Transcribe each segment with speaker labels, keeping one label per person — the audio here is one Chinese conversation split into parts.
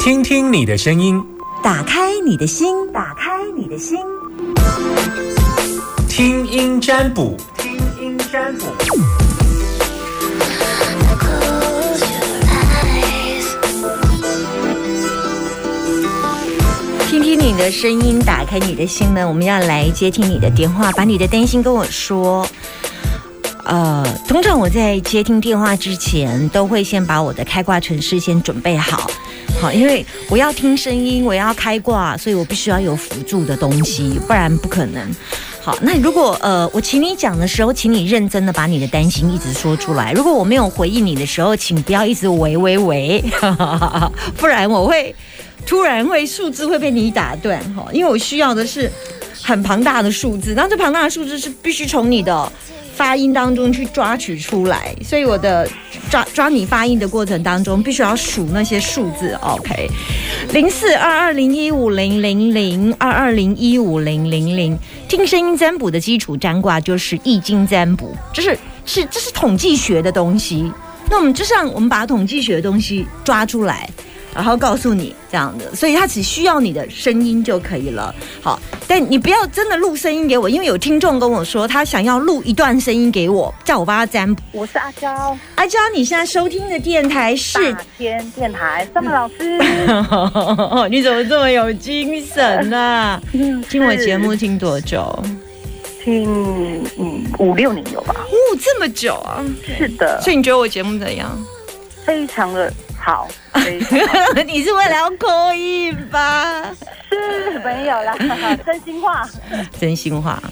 Speaker 1: 听听你的声音，
Speaker 2: 打开你的心，打开你的心，
Speaker 1: 听音占卜，听音占卜。
Speaker 3: Close your eyes.
Speaker 2: 听听你的声音，打开你的心门。我们要来接听你的电话，把你的担心跟我说。呃，通常我在接听电话之前，都会先把我的开挂程式先准备好，好，因为我要听声音，我要开挂，所以我必须要有辅助的东西，不然不可能。好，那如果呃，我请你讲的时候，请你认真的把你的担心一直说出来。如果我没有回应你的时候，请不要一直喂喂喂， 不然我会突然会数字会被你打断哈，因为我需要的是很庞大的数字，那这庞大的数字是必须从你的发音当中去抓取出来，所以我的抓抓你发音的过程当中，必须要数那些数字。OK，零四二二零一五零零零二二零一五零零零，听声音占卜的基础占卦就是易经占卜，这是是这是统计学的东西。那我们就像我们把统计学的东西抓出来，然后告诉你这样的，所以他只需要你的声音就可以了。好，但你不要真的录声音给我，因为有听众跟我说他想要录一段声音给我，叫我帮他占卜。
Speaker 4: 我是阿娇，
Speaker 2: 阿娇，你现在收听的电台是
Speaker 4: 大天电台三木老师。
Speaker 2: 嗯你怎么这么有精神呢、啊？
Speaker 4: 嗯
Speaker 2: 听我节目听多久？哦，
Speaker 4: 听嗯五六年有吧？
Speaker 2: 这么久啊！
Speaker 4: 是的，
Speaker 2: 所以你觉得我节目怎样？
Speaker 4: 非常的好，非常好
Speaker 2: 你是为了要扣一吧？
Speaker 4: 是没 有啦，真心话。
Speaker 2: 真心话，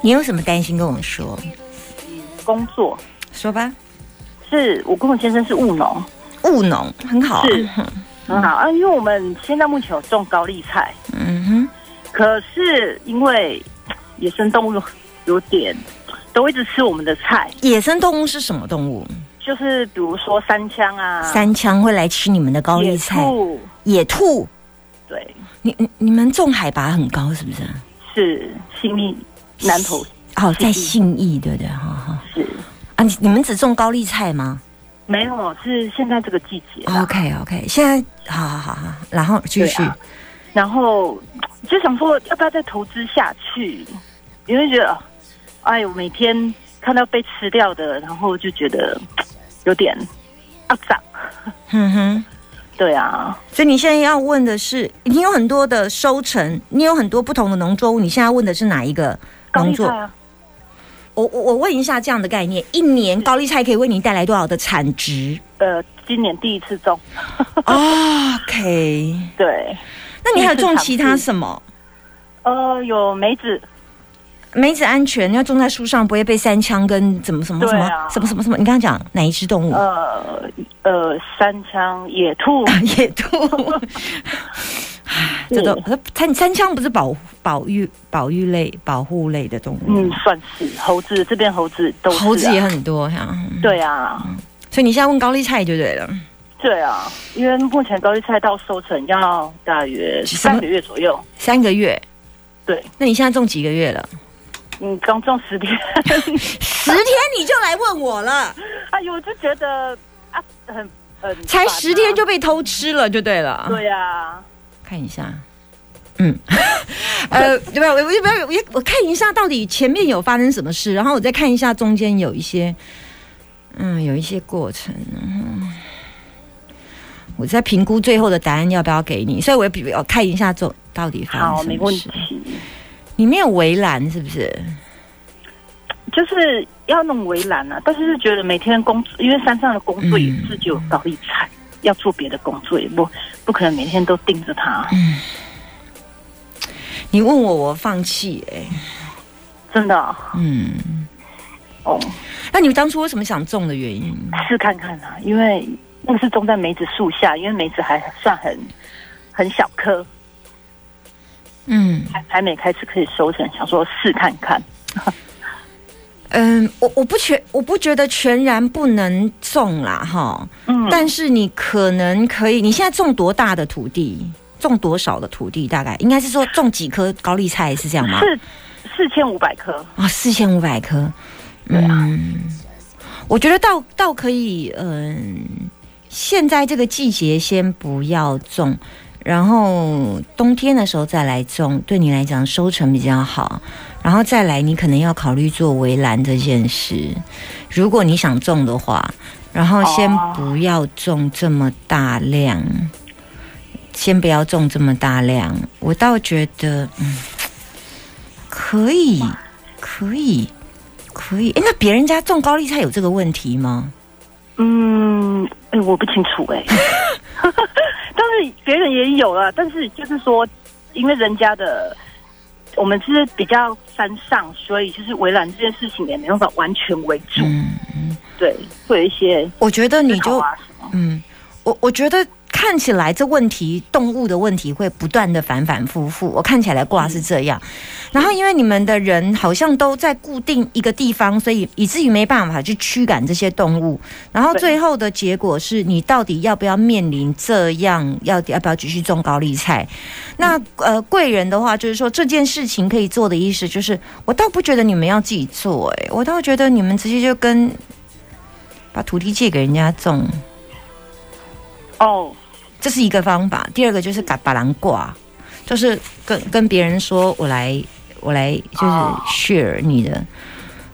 Speaker 2: 你有什么担心跟我说？
Speaker 4: 工作
Speaker 2: 说吧。
Speaker 4: 是我跟我先生是务农，
Speaker 2: 务农很好、啊，
Speaker 4: 是很好啊，因为我们现在目前有种高丽菜，
Speaker 2: 嗯
Speaker 4: 可是因为嘖野生动物有点都一直吃我们的菜，
Speaker 2: 哼。野生动物是什么动物？
Speaker 4: 就是比如说山羌啊，
Speaker 2: 三枪会来吃你们的高丽
Speaker 4: 野
Speaker 2: 菜，
Speaker 4: 兔，
Speaker 2: 野兔。
Speaker 4: 对，
Speaker 2: 你你你们种海拔很高是不是？
Speaker 4: 是新密南投
Speaker 2: 哦，在信义对不对？哈、哈
Speaker 4: 市。
Speaker 2: 啊，你你们只种高丽菜吗
Speaker 4: 没有，是现在这个季节啦。
Speaker 2: ？OK OK，现在好好好好，然后继续
Speaker 4: 啊对啊然后就想说，要不要再投资下去？你会觉得，哎呦，每天看到被吃掉的，然后就觉得有点啊涨。
Speaker 2: 哼嗯哼。
Speaker 4: 对啊，
Speaker 2: 所以你现在要问的是，你有很多的收成，你有很多不同的农作物，你现在要问的是哪一个
Speaker 4: 高
Speaker 2: 农
Speaker 4: 丽菜
Speaker 2: 作？
Speaker 4: 啊，
Speaker 2: 我我我问一下这样的概念，一年高丽菜可以为您带来多少的产 值哦
Speaker 4: 呃，今年第一次种，
Speaker 2: ？OK，
Speaker 4: 对，
Speaker 2: 那你还有种其他什么？
Speaker 4: 呃，有梅子，
Speaker 2: 梅子安全，你要种在树上，不会被山枪跟怎么什么什么、
Speaker 4: 对啊
Speaker 2: 什么什么什么？你刚刚讲哪一只动物？
Speaker 4: 呃呃，山羌、野兔，
Speaker 2: 野兔。唉 这都三三枪不是保保育保育类保护类的动物，
Speaker 4: 嗯，算是猴子，这边猴子都是啊、
Speaker 2: 猴子也很多哈、
Speaker 4: 对啊，
Speaker 2: 所以你现在问高丽菜就对了。
Speaker 4: 对啊，因为目前高丽菜到收成要大约
Speaker 2: 什么
Speaker 4: 三个月左右。
Speaker 2: 三个月，
Speaker 4: 对，
Speaker 2: 那你现在种几个月了？
Speaker 4: 嗯，刚种十天，
Speaker 2: 十天你就来问我了，
Speaker 4: 哎呦，我就觉得啊，很很
Speaker 2: 才
Speaker 4: 烦啊
Speaker 2: 十天就被偷吃了，就对了。
Speaker 4: 对啊，
Speaker 2: 看一下，嗯， 呃，对吧？我我不要我我看一下到底前面有发生什么事，然后我再看一下中间有一些，嗯，有一些过程。嗯我在评估最后的答案要不要给你，所以我也比我看一下中到底发
Speaker 4: 好，
Speaker 2: 生
Speaker 4: 没
Speaker 2: 什么
Speaker 4: 问
Speaker 2: 事。
Speaker 4: 题，
Speaker 2: 你没有围栏是不是？
Speaker 4: 就是要弄围栏啊，但是是觉得每天工作，因为山上的工作也
Speaker 2: 嗯
Speaker 4: 是只有高丽菜，要做别的工作也不不可能每天都盯着它，
Speaker 2: 嗯你问我，我放弃哎、
Speaker 4: 真的啊
Speaker 2: 嗯，
Speaker 4: 哦，
Speaker 2: 那你们当初为什么想种的原因？
Speaker 4: 试看看啊，因为那个是种在梅子树下，因为梅子还算很很小颗，
Speaker 2: 嗯
Speaker 4: 还还没开始可以收成，想说试看看。
Speaker 2: 嗯，我我不全我不觉得全然不能种啦哈，
Speaker 4: 嗯，
Speaker 2: 但是你可能可以，你现在种多大的土地？种多少的土地？大概应该是说种几颗高丽菜是这样吗？
Speaker 4: 四四千五百颗，
Speaker 2: 啊，四千五百颗。
Speaker 4: 对啊
Speaker 2: 嗯，我觉得倒倒可以，嗯，呃现在这个季节先不要种，然后冬天的时候再来种，对你来讲收成比较好。然后再来，你可能要考虑做围栏这件事，如果你想种的话，然后先
Speaker 4: 哦
Speaker 2: 不要种这么大量，先不要种这么大量。我倒觉得，嗯，可以，可以，可以。诶那别人家种高丽菜有这个问题吗？
Speaker 4: 嗯，哎、我不清楚 哎、但是别人也有了，但是就是说，因为人家的我们是比较山上，所以就是围栏这件事情也没办法完全围住，
Speaker 2: 嗯，
Speaker 4: 对，会有一些
Speaker 2: 我觉得你
Speaker 4: 思考
Speaker 2: 就
Speaker 4: 啊什么。
Speaker 2: 嗯，我我觉得看起来这问题，动物的问题会不断的反反复复。我看起来卦是这样，然后因为你们的人好像都在固定一个地方，所以以至于没办法去驱赶这些动物。然后
Speaker 4: 对
Speaker 2: 最后的结果是你到底要不要面临这样，要要不要继续种高丽菜？那呃，贵人的话就是说这件事情可以做的意思就是，我倒不觉得你们要自己做、欸，我倒觉得你们直接就跟把土地借给人家种。
Speaker 4: 哦，
Speaker 2: 这是一个方法。第二个就是嘎巴兰挂，就是跟跟别人说我来我来就是
Speaker 4: 哦
Speaker 2: share 你的，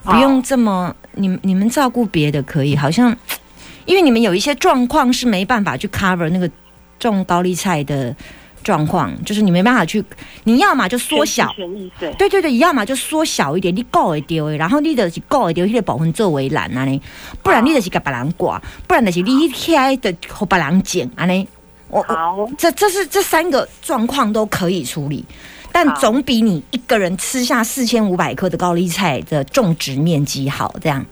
Speaker 4: 哦
Speaker 2: 不用这么你们你们照顾别的可以，好像因为你们有一些状况是没办法去 cover 那个种高丽菜的状况，就是你没办法去，你要么就缩小。
Speaker 4: 权益对，
Speaker 2: 对对对，要么就缩小一点，你够会丢的，然后你就是够会丢，迄、个部分做围栏安尼，不然你就是给别人挂，不然就是你起来就给别人剪安尼。我我
Speaker 4: 好，
Speaker 2: 这这是这三个状况都可以处理，但
Speaker 4: 好
Speaker 2: 总比你一个人吃下四千五百颗的高丽菜的种植面积好。这样，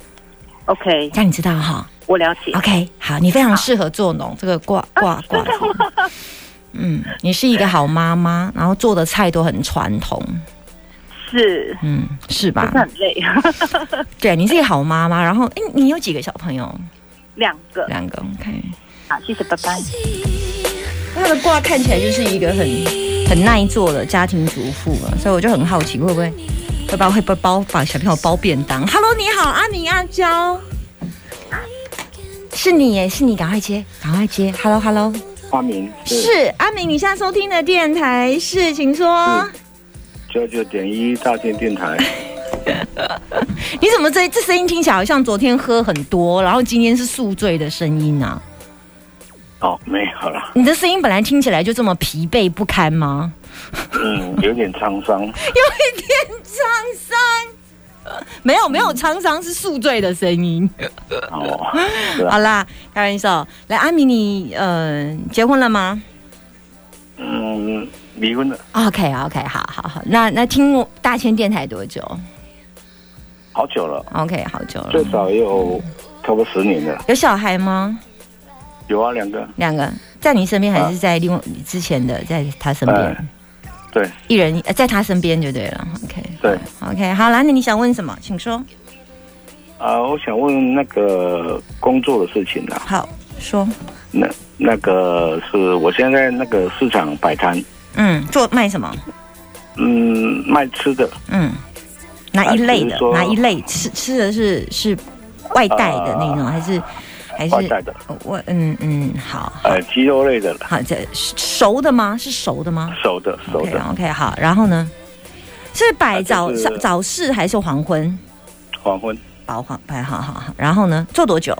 Speaker 4: ，OK，
Speaker 2: 这样你知道哈
Speaker 4: 我了解。
Speaker 2: ？OK，好，你非常适合做农，这个挂挂挂。嗯，你是一个好妈妈，然后做的菜都很传统，
Speaker 4: 是，
Speaker 2: 嗯，是
Speaker 4: 不
Speaker 2: 吧
Speaker 4: 是？很 累，
Speaker 2: 对，你是一个好妈妈。然后，哎，你有几个小朋友？
Speaker 4: 两个，
Speaker 2: 两个，OK。
Speaker 4: 好，谢谢，拜拜。
Speaker 2: 他的卦看起来就是一个很很耐做的家庭主妇啊，所以我就很好奇会不会会不会会不会包把小朋友包便当？Hello，你好，阿明阿娇，是你耶，是你，赶快接，赶快接，Hello，Hello，
Speaker 5: 花明是
Speaker 2: 是阿明，你现在收听的电台是，请说，
Speaker 5: 九九点一大千电台，
Speaker 2: 你怎么这这声音听起来好像昨天喝很多，然后今天是宿醉的声音啊？
Speaker 5: 哦，没有了，
Speaker 2: 你的声音本来听起来就这么疲惫不堪吗？
Speaker 5: 嗯，有点沧桑，
Speaker 2: 有一点沧桑。没有没有，沧桑是宿醉的声音。
Speaker 5: 哦，是
Speaker 2: 好
Speaker 5: 啊，
Speaker 2: 啦，开玩笑。来，阿米，你呃结婚了吗
Speaker 5: 嗯，离婚了，
Speaker 2: ？OK OK，好好好。那那听我大千电台多久
Speaker 5: 好久了，
Speaker 2: ？OK，好久
Speaker 5: 最
Speaker 2: 了。
Speaker 5: 少也有超过十年了，
Speaker 2: 有小孩吗？
Speaker 5: 有啊，两个，
Speaker 2: 两个，在你身边还是在另外之前的，在他身边
Speaker 5: 哎，对
Speaker 2: 一人呃在他身边就对了。OK
Speaker 5: 对，
Speaker 2: OK，好啦，那你想问什么？请说。
Speaker 5: 啊、我想问那个工作的事情啊，
Speaker 2: 好，说。
Speaker 5: 那那个是我现在那个市场摆摊，
Speaker 2: 嗯，做卖什么？
Speaker 5: 嗯，卖吃的，
Speaker 2: 嗯，哪一类
Speaker 5: 啊只
Speaker 2: 的
Speaker 5: 是？说
Speaker 2: 哪一类吃吃的是是外带的那种，还是还是
Speaker 5: 啊外带的，
Speaker 2: 哦我嗯嗯，好
Speaker 5: 呃，鸡肉类的了，
Speaker 2: 好，这是熟的吗？是熟的吗
Speaker 5: 熟的熟
Speaker 2: ？OK 啊
Speaker 5: 的，
Speaker 2: OK，好，然后呢？是
Speaker 5: 啊
Speaker 2: 摆
Speaker 5: 就
Speaker 2: 早
Speaker 5: 是
Speaker 2: 早早市还是黄昏？
Speaker 5: 黄昏，
Speaker 2: 保黄摆好好好，然后呢？做多久？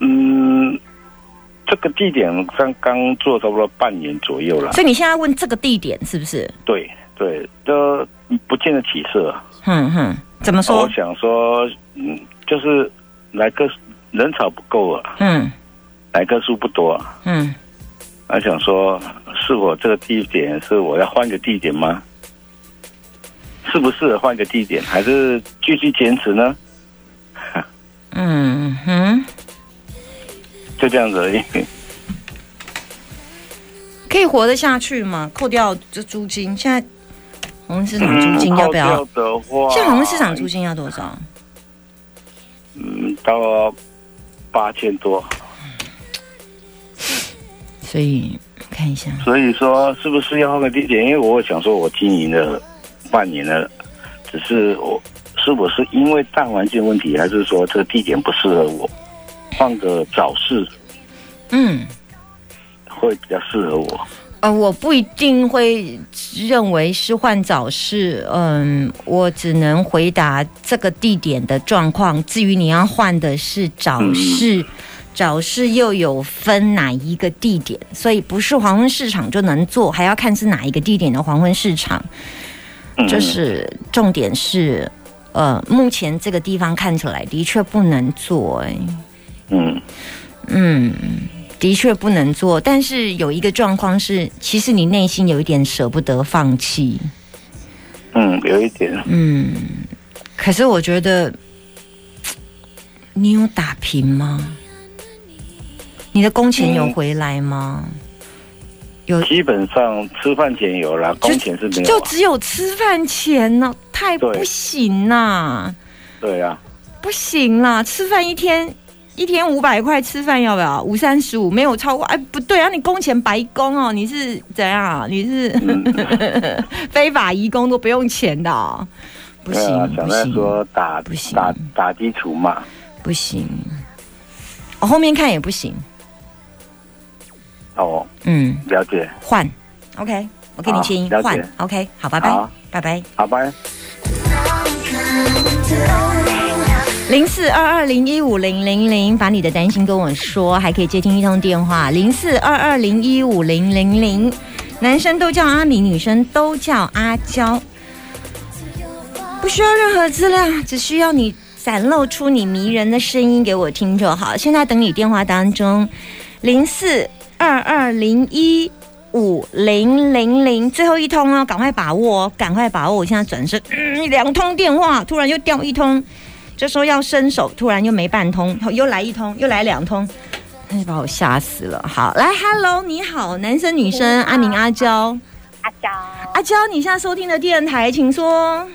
Speaker 5: 嗯，这个地点刚刚做差不多半年左右了。
Speaker 2: 所以你现在问这个地点是不是？
Speaker 5: 对对，都不见得起色。
Speaker 2: 哼哼，怎么说
Speaker 5: 哦我？想说，嗯，就是来个人潮不够啊，
Speaker 2: 嗯
Speaker 5: 来个数不多啊。
Speaker 2: 嗯
Speaker 5: 还想说，是我这个地点是我要换个地点吗？适不适合换个地点，还是继续坚持呢？
Speaker 2: 嗯哼，
Speaker 5: 就这样子而已。
Speaker 2: 可以活得下去吗？扣掉这租金，现在我们市场 租金嗯要不要？
Speaker 5: 嗯扣掉的话，
Speaker 2: 现在黄昏市场租金要多少？
Speaker 5: 嗯到八千多，
Speaker 2: 所以看一下，
Speaker 5: 所以说是不是要换个地点？因为我想说，我经营了半年了，只是我是我是因为大环境问题，还是说这个地点不适合我，换个早市
Speaker 2: 嗯，
Speaker 5: 会比较适合我。
Speaker 2: 呃，我不一定会认为是换早市，嗯，我只能回答这个地点的状况。至于你要换的是早市，早市又有分哪一个地点，所以不是黄昏市场就能做，还要看是哪一个地点的黄昏市场。
Speaker 5: 嗯，
Speaker 2: 就是重点是，呃，目前这个地方看起来的确不能做、哎，
Speaker 5: 嗯
Speaker 2: 嗯，的确不能做。但是有一个状况是，其实你内心有一点舍不得放弃，
Speaker 5: 嗯，有一点，
Speaker 2: 嗯。可是我觉得，嘖你有打平吗？你的工钱有回来吗？有，
Speaker 5: 基本上吃饭钱有啦，工钱是没嗯有
Speaker 2: 就
Speaker 5: 啊。
Speaker 2: 只有吃饭钱呢、太
Speaker 5: 对
Speaker 2: 不行啦、
Speaker 5: 对啊，
Speaker 2: 不行啦，吃饭一天一天五百块，吃饭要不要五三十五？没有超过，哎，不对啊，你工钱白工哦，你是怎样啊？你是、
Speaker 5: 嗯，
Speaker 2: 非法移工都不用钱的哦、不
Speaker 5: 对啊
Speaker 2: 行，
Speaker 5: 想
Speaker 2: 不
Speaker 5: 在
Speaker 2: 行
Speaker 5: 说打
Speaker 2: 不行
Speaker 5: 打打基础嘛，
Speaker 2: 不行，我后面看也不行，
Speaker 5: 哦，
Speaker 2: 嗯，
Speaker 5: 了解，
Speaker 2: 换，OK，我给你
Speaker 5: 好
Speaker 2: 建议
Speaker 5: 了解
Speaker 2: 换，OK，好，拜拜
Speaker 5: 好，
Speaker 2: 拜拜。
Speaker 5: 好拜。
Speaker 2: 零四二二零一五零零零，把你的担心跟我说，还可以接听一通电话，零四二二零一五零零零。男生都叫阿明，女生都叫阿娇，不需要任何资料，只需要你展露出你迷人的声音给我听就好。现在等你电话当中，零四二二零一五零零零，最后一通哦，赶快把握哦，赶快把握！我现在转身，嗯，两通电话，突然又掉一通。这时候要伸手，突然又没半通，又来一通，又来两通，那就把我吓死了。好，来，Hello，你好，男生女生，阿明阿娇，
Speaker 6: 阿娇，
Speaker 2: 阿娇，你现在收听的电台，请说。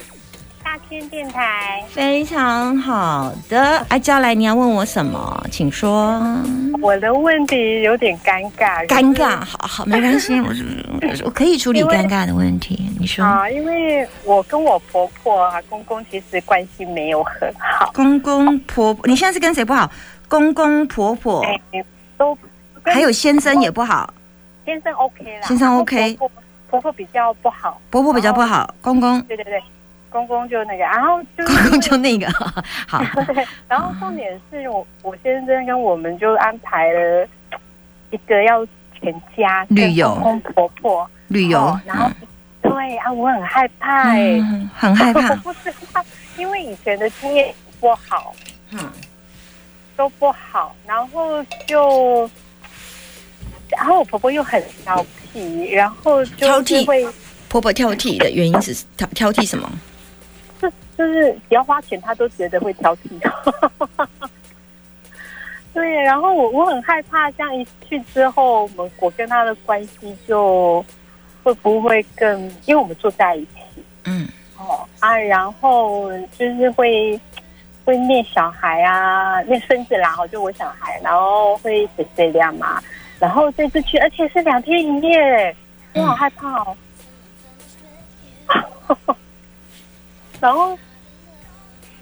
Speaker 6: 大千电台，
Speaker 2: 非常好的，阿娇来，你要问我什么？请说。
Speaker 6: 我的问题有点尴尬，就是
Speaker 2: 尴尬，好好，没关 系，我是我是我可以处理尴尬的问题。你说，
Speaker 6: 啊，因为我跟我婆婆啊、公公其实关系没有很好，
Speaker 2: 公公婆婆，你现在是跟谁不好？公公婆婆，
Speaker 6: 哎、都跟
Speaker 2: 还有先生也不好，
Speaker 6: 先生 OK 啦，
Speaker 2: 先生
Speaker 6: 然后
Speaker 2: OK
Speaker 6: 婆婆婆婆比较不好，
Speaker 2: 婆婆比较不好，公公
Speaker 6: 对对对，公公就那个，然后就是
Speaker 2: 公
Speaker 6: 因为
Speaker 2: 公就那个， 好。
Speaker 6: 对，然后重点是我我先生跟我们就安排了一个要全家跟
Speaker 2: 旅游
Speaker 6: 公公婆婆
Speaker 2: 旅游，
Speaker 6: 哦然后、对啊，我很害怕哎、
Speaker 2: 嗯很害
Speaker 6: 我
Speaker 2: 怕，
Speaker 6: 不知道，因为以前的经验不好，
Speaker 2: 嗯
Speaker 6: 都不好，然后就，然后我婆婆又很调皮，然后
Speaker 2: 挑
Speaker 6: 就
Speaker 2: 剔
Speaker 6: 是会
Speaker 2: 婆婆挑剔的原因只是挑挑剔什么？
Speaker 6: 就就是只要花钱，她都觉得会挑剔。 对，然后我我很害怕，这样一去之后，我们我跟她的关系就会不会更，因为我们住在一起。
Speaker 2: 嗯
Speaker 6: 哦啊，然后就是会会念小孩啊，念孙子啦，哦，就我小孩，然后会姐姐俩嘛，然后这次去，而且是两天一夜，我好害怕哦。 然后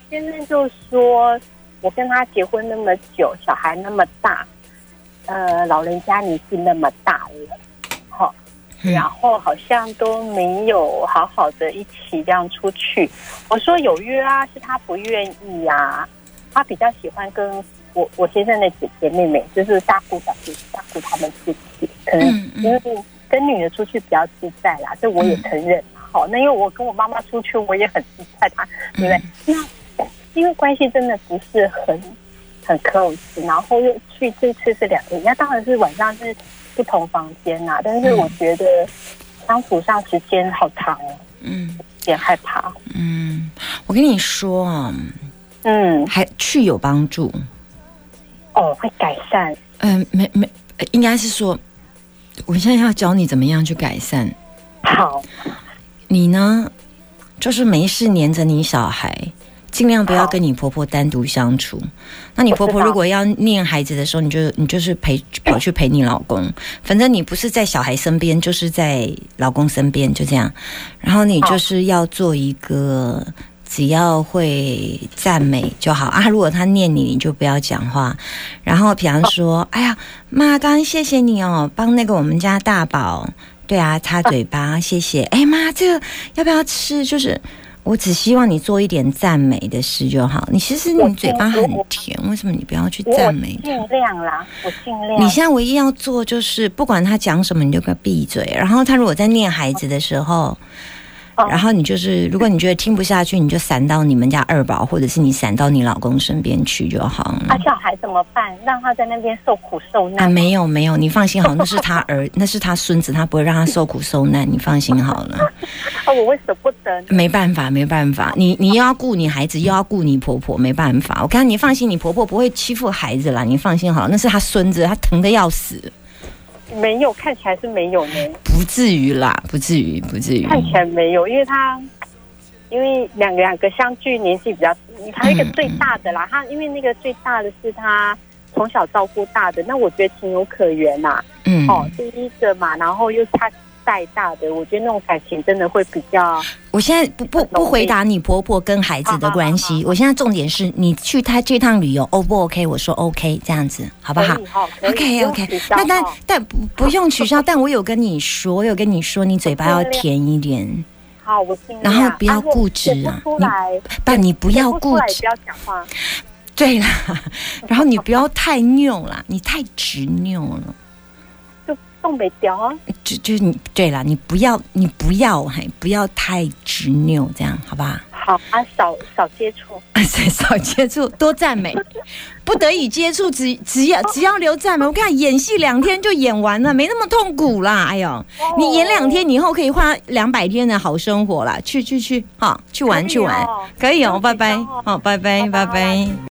Speaker 6: 先生就说，我跟他结婚那么久，小孩那么大，呃，老人家年纪那么大了，好、
Speaker 2: 嗯
Speaker 6: 然后好像都没有好好的一起这样出去。我说有约啊，是他不愿意啊，他比较喜欢跟我我先生的姐姐妹妹，就是大姑小姑大姑他们自己，可能
Speaker 2: 嗯嗯
Speaker 6: 因为跟女儿出去比较自在啦，这我也承认。
Speaker 2: 嗯
Speaker 6: 好，那因为我跟我妈妈出去，我也很自在，她对不对？那因为关系真的不是很很 close，然后又去这次是两天，那当然是晚上是不同房间啦、但是我觉得相处上时间好长哦，
Speaker 2: 嗯
Speaker 6: 有点害怕。
Speaker 2: 嗯，我跟你说啊，
Speaker 6: 嗯，
Speaker 2: 还去有帮助。
Speaker 6: 哦，会改善。
Speaker 2: 嗯、没没，呃应该是说，我现在要教你怎么样去改善。
Speaker 6: 好，
Speaker 2: 你呢，就是没事黏着你小孩，尽量不要跟你婆婆单独相处。那你婆
Speaker 6: 我
Speaker 2: 婆
Speaker 6: 知道
Speaker 2: 如果要念孩子的时候，你就你就是陪跑去陪你老公，反正你不是在小孩身边，就是在老公身边，就这样。然后你就是要做一个只要会赞美就好啊。如果他念你，你就不要讲话。然后，比方说，哎呀，妈，刚刚谢谢你哦，帮那个我们家大宝，对啊，擦嘴 巴，谢谢。哎妈，这个要不要吃？就是我只希望你做一点赞美的事就好。你其实你嘴巴很甜，为什么你不要去
Speaker 6: 我我
Speaker 2: 赞美他？
Speaker 6: 尽量啦，我尽量。
Speaker 2: 你现在唯一要做就是，不管他讲什么，你就给他闭嘴。然后他如果在念孩子的时候，
Speaker 6: 哦
Speaker 2: 然后你就是，如果你觉得听不下去，你就闪到你们家二宝，或者是你闪到你老公身边去就好了。
Speaker 6: 啊，小孩怎么办？让他在那边受苦受
Speaker 2: 啊，
Speaker 6: 难。
Speaker 2: 没有没有，你放心好，那是他儿，那是他孙子，他不会让他受苦受难，你放心好了。
Speaker 6: 啊，我会舍不得你。
Speaker 2: 没办法，没办法，你你又要顾你孩子，又要顾你婆婆，没办法。我看你放心，你婆婆不会欺负孩子啦，你放心好了，那是他孙子，他疼的要死，
Speaker 6: 没有，看起来是没有呢，
Speaker 2: 不至于啦，不至于，不至于。
Speaker 6: 看起来没有，因为他因为两个两个相距年纪比较，还有一个最大的
Speaker 2: 嗯
Speaker 6: 啦，他因为那个最大的是他从小照顾大的，那我觉得情有可原呐、
Speaker 2: 嗯，
Speaker 6: 哦，第一个嘛，然后又他带大的，我觉得那种感情真的会比较
Speaker 2: 我现在不不不回答你婆婆跟孩子的关系，我现在重点是你去她这趟旅游 O 不 OK？我说 OK，这样子好不
Speaker 6: 可
Speaker 2: 好
Speaker 6: 以哈、哦，可以不
Speaker 2: ？OK
Speaker 6: 用
Speaker 2: OK，
Speaker 6: 取消
Speaker 2: 那但
Speaker 6: 哦
Speaker 2: 但不不用取 消，但我有跟你说，我有跟你说，你嘴巴要甜一点，
Speaker 6: 好，我尽
Speaker 2: 然
Speaker 6: 量
Speaker 2: 后不要固执啊
Speaker 6: 啊我写不出来，
Speaker 2: 爸，你不要
Speaker 6: 写不出
Speaker 2: 固
Speaker 6: 来
Speaker 2: 执
Speaker 6: 不，要讲话。
Speaker 2: 对啦， 然后你不要太拗啦，你太执拗了，
Speaker 6: 就冻北调啊，
Speaker 2: 就就你对啦，你不要你不要还不要太执拗，这样好不好？
Speaker 6: 好啊，少少接触，
Speaker 2: 少接触，多赞美，不得已接触，只只要只要留赞美。我跟你讲，演戏两天就演完了，没那么痛苦啦。哎呦，你演两天，你以后可以花两百天的好生活啦。去去去，哈，去玩、
Speaker 6: 可以哦
Speaker 2: 去玩，可以哦，
Speaker 6: 可
Speaker 2: 拜
Speaker 6: 以这
Speaker 2: 拜
Speaker 6: 样哦，
Speaker 2: 好，拜拜
Speaker 6: 拜
Speaker 2: 拜
Speaker 6: 拜
Speaker 2: 拜